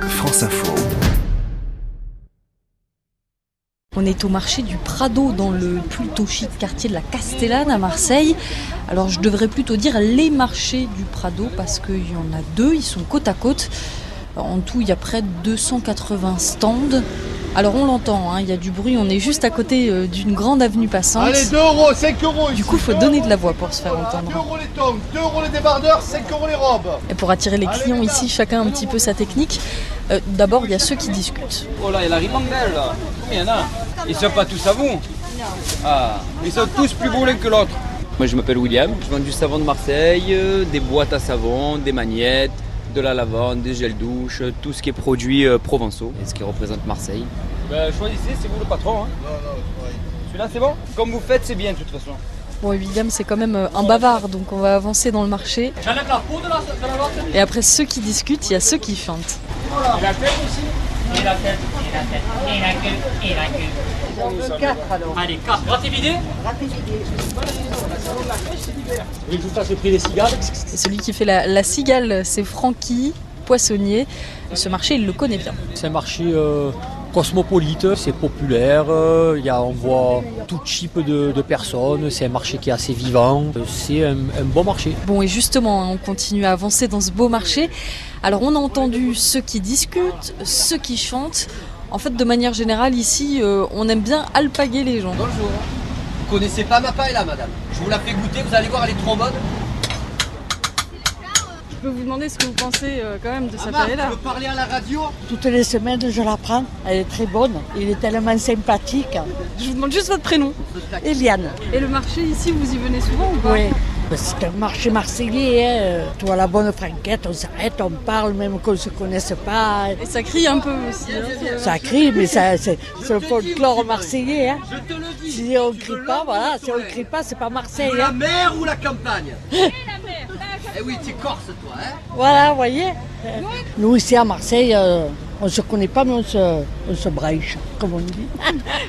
Mars Info. On est au marché du Prado dans le plutôt chic quartier de la Castellane à Marseille. Alors je devrais plutôt dire les marchés du Prado parce qu'il y en a deux, ils sont côte à côte. En tout, il y a près de 280 stands. Alors on l'entend, hein, il y a du bruit, on est juste à côté euh, d'une grande avenue passante. Allez, 2 euros, 5 euros Du coup, faut donner de la voix pour se faire entendre. 2 euros les tongs, 2 euros les débardeurs, 5 euros les robes. Et pour attirer les clients ici, chacun un petit peu sa technique. Euh, D'abord, il y a ceux qui discutent. Oh là, il y a la ribambelle là. Il y en a. Ils sont pas tous à vous. Ah, ils sont tous plus beaux l'un que l'autre. Moi, je m'appelle William. Je vends du savon de Marseille, euh, des boîtes à savon, des magnettes, de la lavande, des gels douche, euh, tout ce qui est produit euh, provençaux et ce qui représente Marseille. Ben, choisissez, c'est vous le patron. hein. Celui-là, c'est bon Comme vous faites, c'est bien de toute façon. Bon, William, c'est quand même euh, un bavard, donc on va avancer dans le marché. J'enlève la peau de la, de la vente. Et après ceux qui discutent, il y a ceux qui chantent. Et la tête aussi Et la tête, et la tête, et la queue, et la queue. On veut 4 alors, Allez, cap, rapidité rapidité. Je vous fasse le prix des cigares. Et celui qui fait la, la cigale, c'est Francky, poissonnier. Ce marché, il le connaît bien. C'est un marché euh, cosmopolite, c'est populaire, euh, il y a, on voit tout type de, de personnes, c'est un marché qui est assez vivant, euh, c'est un, un bon marché. Bon, et justement, hein, on continue à avancer dans ce beau marché. Alors, on a entendu ceux qui discutent, ceux qui chantent. En fait, de manière générale, ici, euh, on aime bien alpaguer les gens. Bonjour. Vous connaissez pas ma paella, madame Je vous la fais goûter, vous allez voir, elle est trop bonne. Je peux vous demander ce que vous pensez euh, quand même de Ah, sa Marc, paella tu veux parler à la radio Toutes les semaines, je la prends. Elle est très bonne. Il est tellement sympathique. Je vous demande juste votre prénom. Eliane, Et le marché ici, vous y venez souvent ou pas oui. C'est un marché marseillais. Hein. Tu vois la bonne franquette, on s'arrête, on parle, même qu'on ne se connaisse pas. Et ça crie un peu aussi. hein. Ça crie, mais ça, c'est c'est le folklore marseillais. Hein. Si on ne crie pas, voilà. Si on ne crie pas, c'est pas Marseille. La hein. mer ou la campagne Eh oui, tu es corse toi, hein Voilà, vous voyez. Nous, ici à Marseille, euh, on ne se connaît pas, mais on se, on se braille, comme on dit.